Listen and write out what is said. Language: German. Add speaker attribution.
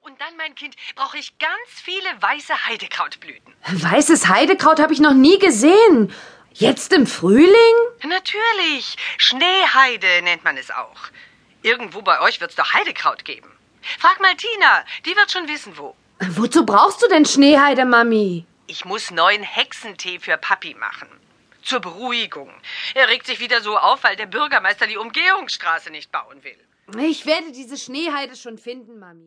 Speaker 1: Und dann, mein Kind, brauche ich ganz viele weiße Heidekrautblüten.
Speaker 2: Weißes Heidekraut habe ich noch nie gesehen. Jetzt im Frühling?
Speaker 1: Natürlich. Schneeheide nennt man es auch. Irgendwo bei euch wird's doch Heidekraut geben. Frag mal Tina, die wird schon wissen, wo.
Speaker 2: Wozu brauchst du denn Schneeheide, Mami?
Speaker 1: Ich muss neuen Hexentee für Papi machen. Zur Beruhigung. Er regt sich wieder so auf, weil der Bürgermeister die Umgehungsstraße nicht bauen will.
Speaker 2: Ich werde diese Schneeheide schon finden, Mami.